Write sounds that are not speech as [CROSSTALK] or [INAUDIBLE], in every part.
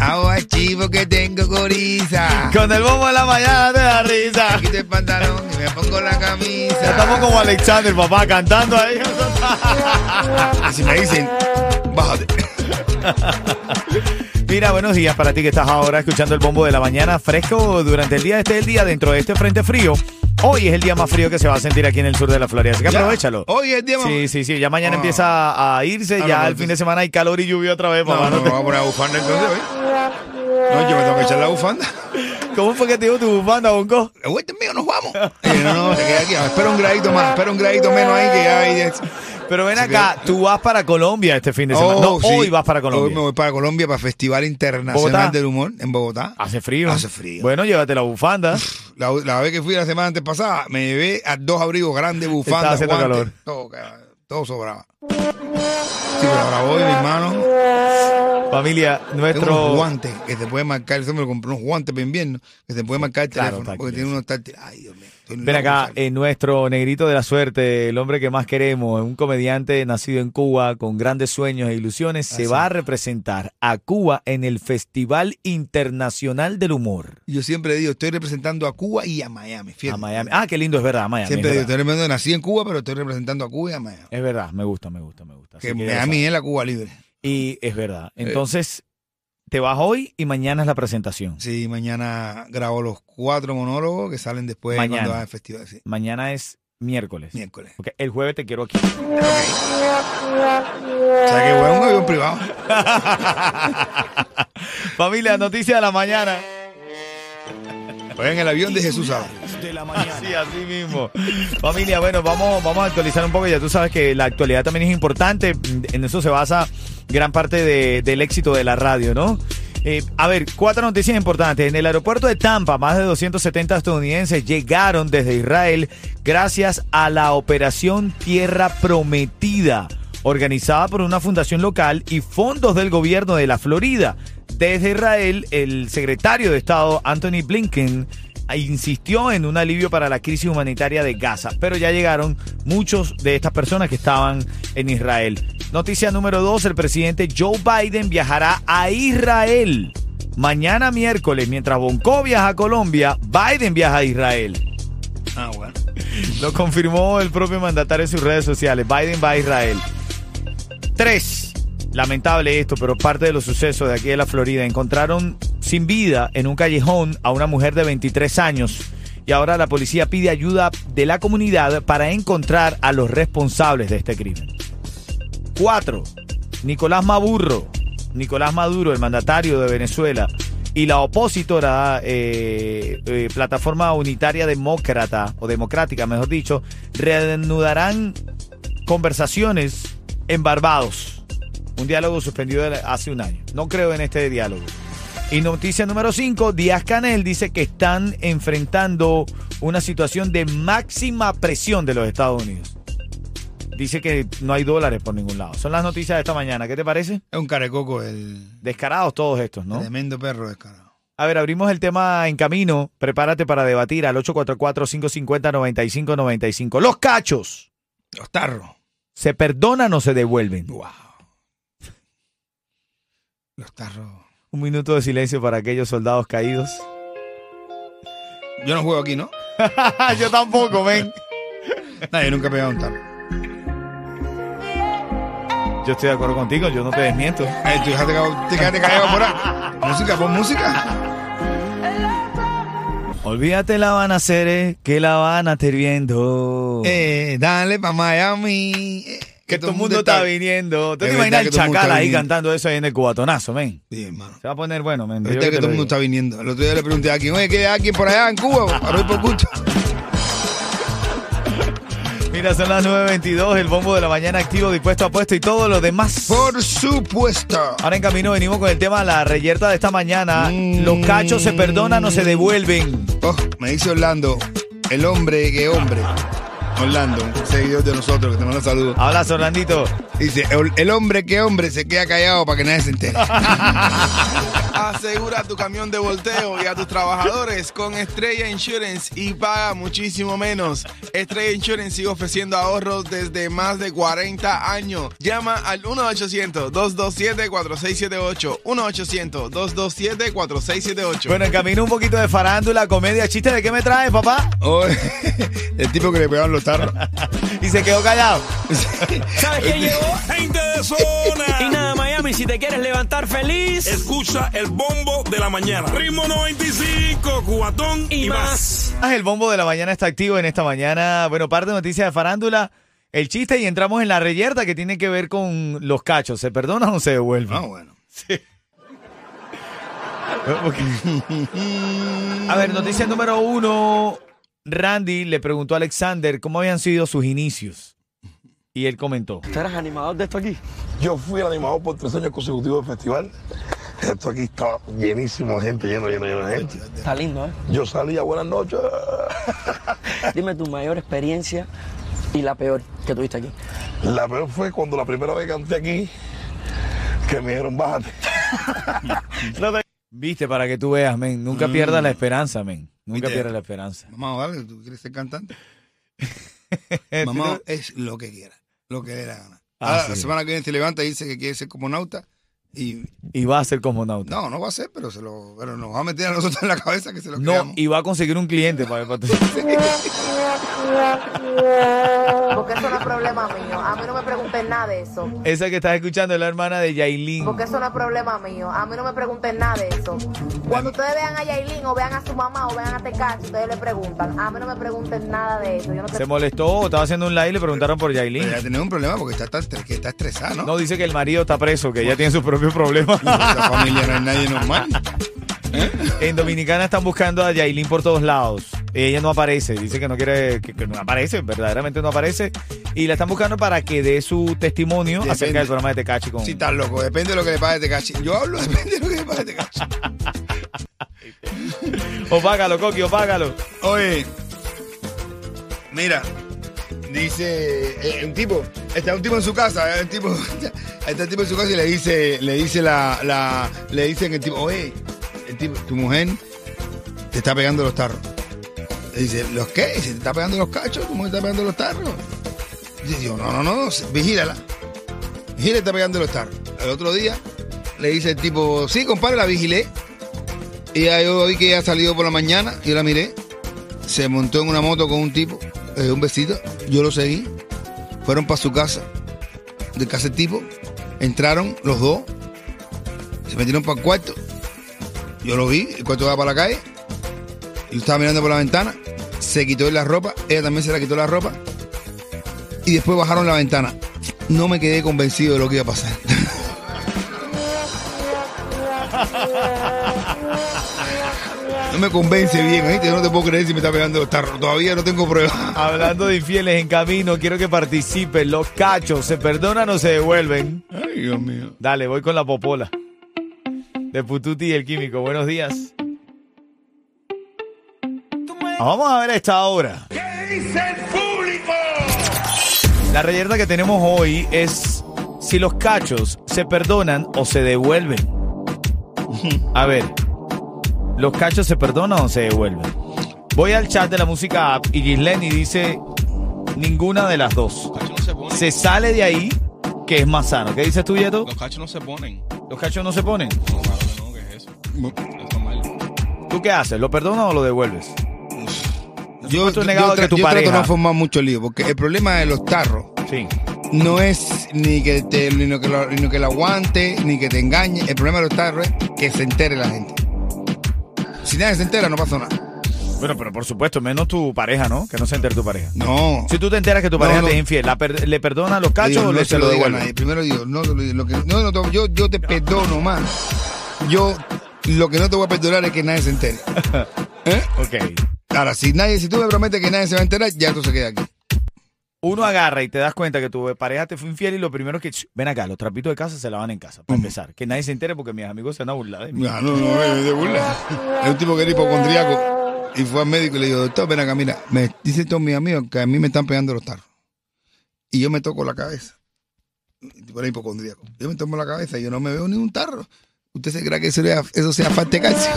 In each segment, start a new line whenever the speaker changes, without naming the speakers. Agua chivo que tengo coriza.
Con El Bombo de la Mañana te da risa.
Quito el pantalón y me pongo la camisa.
Estamos como Alexander, papá, cantando ahí.
Y si me dicen, bájate.
Mira, buenos días para ti que estás ahora escuchando el bombo de la mañana fresco durante el día. Este es el día dentro de este frente frío. Hoy es el día más frío que se va a sentir aquí en el sur de la Florida, así que
Ya.
aprovechalo.
Hoy es el día más-
Sí, sí, sí. Ya mañana
Ah.
empieza a irse,
Ah,
ya
no,
el
no,
fin
sí.
de semana hay calor y lluvia otra vez,
No,
papá.
no,
No
me
te-
voy a poner la bufanda entonces hoy. No, yo me tengo que echar la bufanda.
¿Cómo fue que te dio tu bufanda, Bonco?
La vuelta mío, nos
[LAUGHS]
vamos. Eh, no, no, se queda aquí. Espera un gradito más, espera un gradito menos ahí que ya ahí es-
Pero ven
Sí,
acá, tú vas para Colombia este fin de semana. no,
Oh, sí.
hoy vas para
Hoy
Colombia.
me voy para Colombia para Festival Internacional
¿Bogotá? Ah.
del Humor en Bogotá.
Hace frío.
Hace frío.
Bueno, llévate la bufanda.
La, la vez que fui la semana antes pasada, me llevé a dos abrigos grandes,
Estaba
bufandas,
haciendo
guantes,
calor.
Todo, ca- todo sobraba. Sí, pero ahora voy, mi hermano.
Familia,
Tengo
nuestro.
unos guantes que te pueden marcar. Eso me lo compré, unos guantes para invierno que te pueden marcar el
Claro,
teléfono.
táctiles.
porque tiene unos táctiles. Ay, Dios mío. estoy
Ven
loco
acá,
por salir.
eh, nuestro negrito de la suerte, el hombre que más queremos, un comediante nacido en Cuba con grandes sueños e ilusiones, se va a representar a Cuba en el Festival Internacional del Humor
Yo siempre digo, estoy representando a Cuba y a Miami. Fíjate.
a Miami. Ah, qué lindo, es verdad, Miami.
Siempre
es,
digo,
verdad.
estoy representando, nací en Cuba, pero estoy representando a Cuba y a Miami.
Es verdad, me gusta, me gusta, me gusta. Así
Que
que ya
Miami
sabes.
es la Cuba libre.
Y es verdad. Entonces, te vas hoy y mañana es la presentación.
Sí, mañana grabo los cuatro monólogos que salen después
Mañana.
cuando va al festival. Sí,
Mañana es miércoles.
miércoles.
Ok, el jueves te quiero aquí.
O sea que voy a un avión privado.
Familia, noticia de la mañana.
Voy en el avión de Jesús Sala.
Sí, así mismo. Familia, bueno, vamos, vamos a actualizar un poco. Ya tú sabes que la actualidad también es importante. En eso se basa gran parte de- del éxito de la radio, ¿no? Eh, a ver, cuatro noticias importantes. En el aeropuerto de Tampa, más de 270 estadounidenses llegaron desde Israel gracias a la operación Tierra Prometida, organizada por una fundación local y fondos del gobierno de la Florida. Desde Israel, el secretario de Estado, Anthony Blinken, insistió en un alivio para la crisis humanitaria de Gaza, pero ya llegaron muchos de estas personas que estaban en Israel. Noticia número 2, el presidente Joe Biden viajará a Israel. Mañana miércoles, mientras Bonco viaja a Colombia, Biden viaja a Israel.
Ah, bueno.
Lo confirmó el propio mandatario en sus redes sociales. Biden va a Israel. 3. Lamentable esto, pero parte de los sucesos de aquí de la Florida. Encontraron sin vida en un callejón a una mujer de 23 años. Y ahora la policía pide ayuda de la comunidad para encontrar a los responsables de este crimen. 4. Nicolás Maduro. Nicolás Maduro, el mandatario de Venezuela, y la opositora eh, eh, Plataforma Unitaria Demócrata, o Democrática, mejor dicho, reanudarán conversaciones en Barbados. Un diálogo suspendido de- hace un año. No creo en este diálogo. Y noticia número 5, Díaz Canel dice que están enfrentando una situación de máxima presión de los Estados Unidos. Dice que no hay dólares por ningún lado. Son las noticias de esta mañana. ¿Qué te parece?
Es un carecoco el
Descarados todos estos, ¿no?
tremendo perro descarado.
A ver, abrimos el tema en camino. Prepárate para debatir al 844-550-9595. Los cachos
Los tarros.
se perdonan o se devuelven.
Wow. Los tarros.
Un minuto de silencio para aquellos soldados caídos.
Yo no juego aquí, ¿no?
Yo tampoco, ven.
No, yo nunca he pegado un tarro.
Yo estoy de acuerdo contigo, yo no te desmiento.
Eh, tú ya te ca- te quedaste callado por ahí. Música, pon música.
Olvídate la van a hacer, eh, que la van a estar viendo.
Eh, dale pa' Miami. eh,
Oh. que todo el mundo está viniendo. ¿Tú
Es
te
verdad
imaginas
que
el
todo el mundo
chacal
está
ahí
viniendo.
cantando eso ahí en el cubatonazo, men?
Sí, hermano.
Se va a poner bueno, men. yo
Ahorita
te
que
lo
todo el mundo
digo.
está viniendo. El otro día le pregunté a alguien, oye, ¿qué hay alguien por allá en Cuba? Para ir por Cucho.
Mira, son las 9.22, el bombo de la mañana activo, dispuesto a puesto y todo lo demás.
Por supuesto.
Ahora en camino venimos con el tema de la reyerta de esta mañana.
Mm.
Los cachos se perdonan o se devuelven.
Oh, me dice Orlando, el hombre que hombre. Orlando, un seguidor de nosotros que te manda saludos.
Habla, Orlandito.
Dice, el, el hombre que hombre se queda callado para que nadie se entere.
[LAUGHS] Asegura tu camión de volteo y a tus trabajadores con Estrella Insurance y paga muchísimo menos. Estrella Insurance sigue ofreciendo ahorros desde más de 40 años. Llama al 1-800-227-4678. 1-800-227-4678.
Bueno, en camino un poquito de farándula, comedia, chiste. ¿De qué me traes, papá?
Oh, [LAUGHS] el tipo que le pegaban los tarros.
Y se quedó callado.
¿Sabes quién llegó?
Gente de
[LAUGHS] Y
zona,
nada, Miami, si te quieres levantar feliz
escucha el bombo de la mañana. Ritmo 95, cubatón y,
y
más.
más.
Ah, el bombo de la mañana está activo en esta mañana. Bueno, parte de noticias de farándula, el chiste y entramos en la reyerta que tiene que ver con los cachos. ¿Se perdonan o se devuelven?
No, bueno.
A ver, noticia número uno. Randy le preguntó a Alexander cómo habían sido sus inicios. Y él comentó.
¿Tú eres animador de esto aquí?
Yo fui el animador por tres años consecutivos del festival. Esto aquí estaba llenísimo de gente, lleno, lleno, lleno de gente.
Está lindo, ¿eh?
Yo salía, buenas noches.
Dime tu mayor experiencia y la peor que tuviste aquí.
La peor fue cuando la primera vez canté aquí, que me dijeron, bájate.
Viste, para que tú veas, men. Nunca pierdas la esperanza, men. Nunca
Mm. Viste.
pierdas la esperanza.
Mamá, vale, tú quieres ser cantante. [LAUGHS] Mamá es lo que quiera, lo que le dé la gana.
Eh, Ah,
Ahora,
sí.
La semana que viene se levanta y dice que quiere ser cosmonauta. Y
Y va a ser cosmonauta.
no, no va a ser, pero se lo, pero nos va a meter a nosotros en la cabeza que se lo
No,
creamos.
y va a conseguir un cliente para,
[LAUGHS]
para
Porque eso no es problema mío. A mí no me pregunten nada de eso.
Esa que estás escuchando es la hermana de Yailin.
Porque eso no es problema mío. A mí no me pregunten nada de eso. Cuando ustedes vean a Yailin o vean a su mamá o vean a Tecachi, ustedes le preguntan. A mí no me pregunten nada de eso. Yo no
Se molestó, estaba haciendo un live y le preguntaron por Yailin.
Pero ya tenemos un problema porque está, tan- que está estresada, ¿no?
No, dice que el marido está preso, que ella tiene sus propios problemas.
[LAUGHS] La familia no hay nadie normal.
en Dominicana están buscando a Yailin por todos lados. Ella no aparece, dice que no quiere, que, que no aparece, verdaderamente no aparece. Y la están buscando para que dé su testimonio
Depende.
acerca del programa de Tecachi [LAUGHS] con...
Sí, está loco. Depende de lo que le pague Tecachi. Yo hablo, [LAUGHS] depende de lo que le pague este Tecachi.
Opágalo, Coqui, opágalo.
Oye, mira, dice eh, un tipo, está un tipo en su casa, eh, un tipo, [LAUGHS] está el tipo en su casa y le dice, le dice la, la le dicen el tipo, oye, el tipo, tu mujer te está pegando los tarros. Le dice, ¿los qué? Dice, te está pegando los cachos, tu mujer te está pegando los tarros. Dice, yo, no, no, no, vigílala. Vigílala, está pegando los tarros. El otro día le dice el tipo, sí, compadre, la vigilé. Y ya yo vi que ella salió por la mañana, yo la miré se montó en una moto con un tipo, eh, un besito, yo lo seguí, fueron para su casa, de casa del tipo, entraron los dos, se metieron para el cuarto, yo lo vi, el cuarto daba para la calle, yo estaba mirando por la ventana, se quitó la ropa, ella también se la quitó la ropa, y después bajaron la ventana. No me quedé convencido de lo que iba a pasar. [LAUGHS] No me convence bien, ¿oíste? Yo no te puedo creer si me está pegando los tarros. Todavía no tengo pruebas.
Hablando de infieles en camino, quiero que participen. Los cachos, ¿se perdonan o se devuelven?
Ay, Dios mío.
Dale, voy con la popola. De Pututi y el Químico. Buenos días. Vamos a ver a esta hora. ¿Qué dice el público? La reyerta que tenemos hoy es si los cachos se perdonan o se devuelven. A ver, ¿los cachos se perdonan o se devuelven? Voy al chat de la música app y Gisleni dice ninguna de las dos.
cachos no se ponen.
Se sale de ahí que es más sano. ¿Qué dices tú, Yeto?
Los cachos no se ponen.
Los cachos no se ponen.
No, claro que no, ¿qué es eso? Está mal.
¿Tú qué haces? ¿Lo perdonas o lo devuelves?
Yo,
supuesto, negado que tu
yo trato
pareja-
de no formar mucho lío, porque el problema de los tarros
Sí.
no es ni que te, ni lo que lo, ni lo que lo aguante, ni que te engañe. El problema de los tarros es que se entere la gente. Si nadie se entera, no pasa nada.
Bueno, pero por supuesto, menos tu pareja, ¿no? Que no se entere tu pareja.
No.
Si tú te enteras que tu
No,
pareja
no.
te es infiel, ¿la per- ¿le perdona los cachos
Digo,
o
no
le
se lo diga a nadie.
devuelve?
Primero digo, no, te lo digo, lo que- no, no, no, yo, yo te perdono más. Yo lo que no te voy a perdonar es que nadie se entere. ¿Eh?
Ok.
Ahora, si nadie, si tú me prometes que nadie se va a enterar, ya tú se queda aquí.
Uno agarra y te das cuenta que tu pareja te fue infiel y lo primero es que, "Ch, ven acá, los trapitos de casa se lavan en casa, para empezar. Que nadie se entere porque mis amigos se han burlado de mí.
No, no, no, es de burla. Es un tipo que era hipocondríaco. Y fue al médico y le dijo, doctor, ven acá, mira, me dicen todos mis amigos que a mí me están pegando los tarros. Y yo me toco la cabeza. Y Por ahí hipocondríaco. Yo me tomo la cabeza y yo no me veo ni un tarro. ¿Usted se cree que eso sea, eso sea falta de
[LAUGHS]
calcio?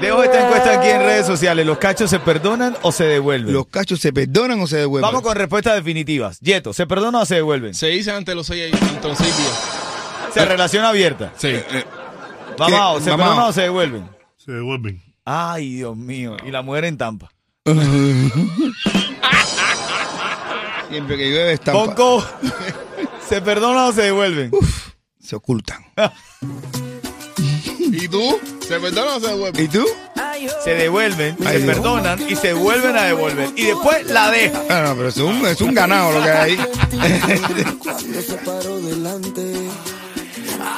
Dejo esta encuesta aquí en redes sociales. ¿Los cachos se perdonan o se devuelven?
¿Los cachos se perdonan o se devuelven?
Vamos con respuestas definitivas. Yeto, ¿se perdonan o se devuelven?
Se dice ante los seis, ante los seis días.
Se relación abierta.
Sí.
Mamao, ¿se
eh, Mamao.
perdonan o se devuelven?
Se devuelven.
Ay, Dios mío. Y la mujer en tampa.
Siempre que llueve estampa.
Ponco, [LAUGHS] ¿se perdonan o se devuelven?
Se ocultan.
[LAUGHS] ¿Y tú? ¿Se perdona o se devuelve?
¿Y tú?
Se devuelven, se
Ay, Dios.
perdonan y se vuelven a devolver. Y después la deja.
[LAUGHS]
Ah, no, pero es un, es un ganado lo que hay ahí.
Cuando se paró delante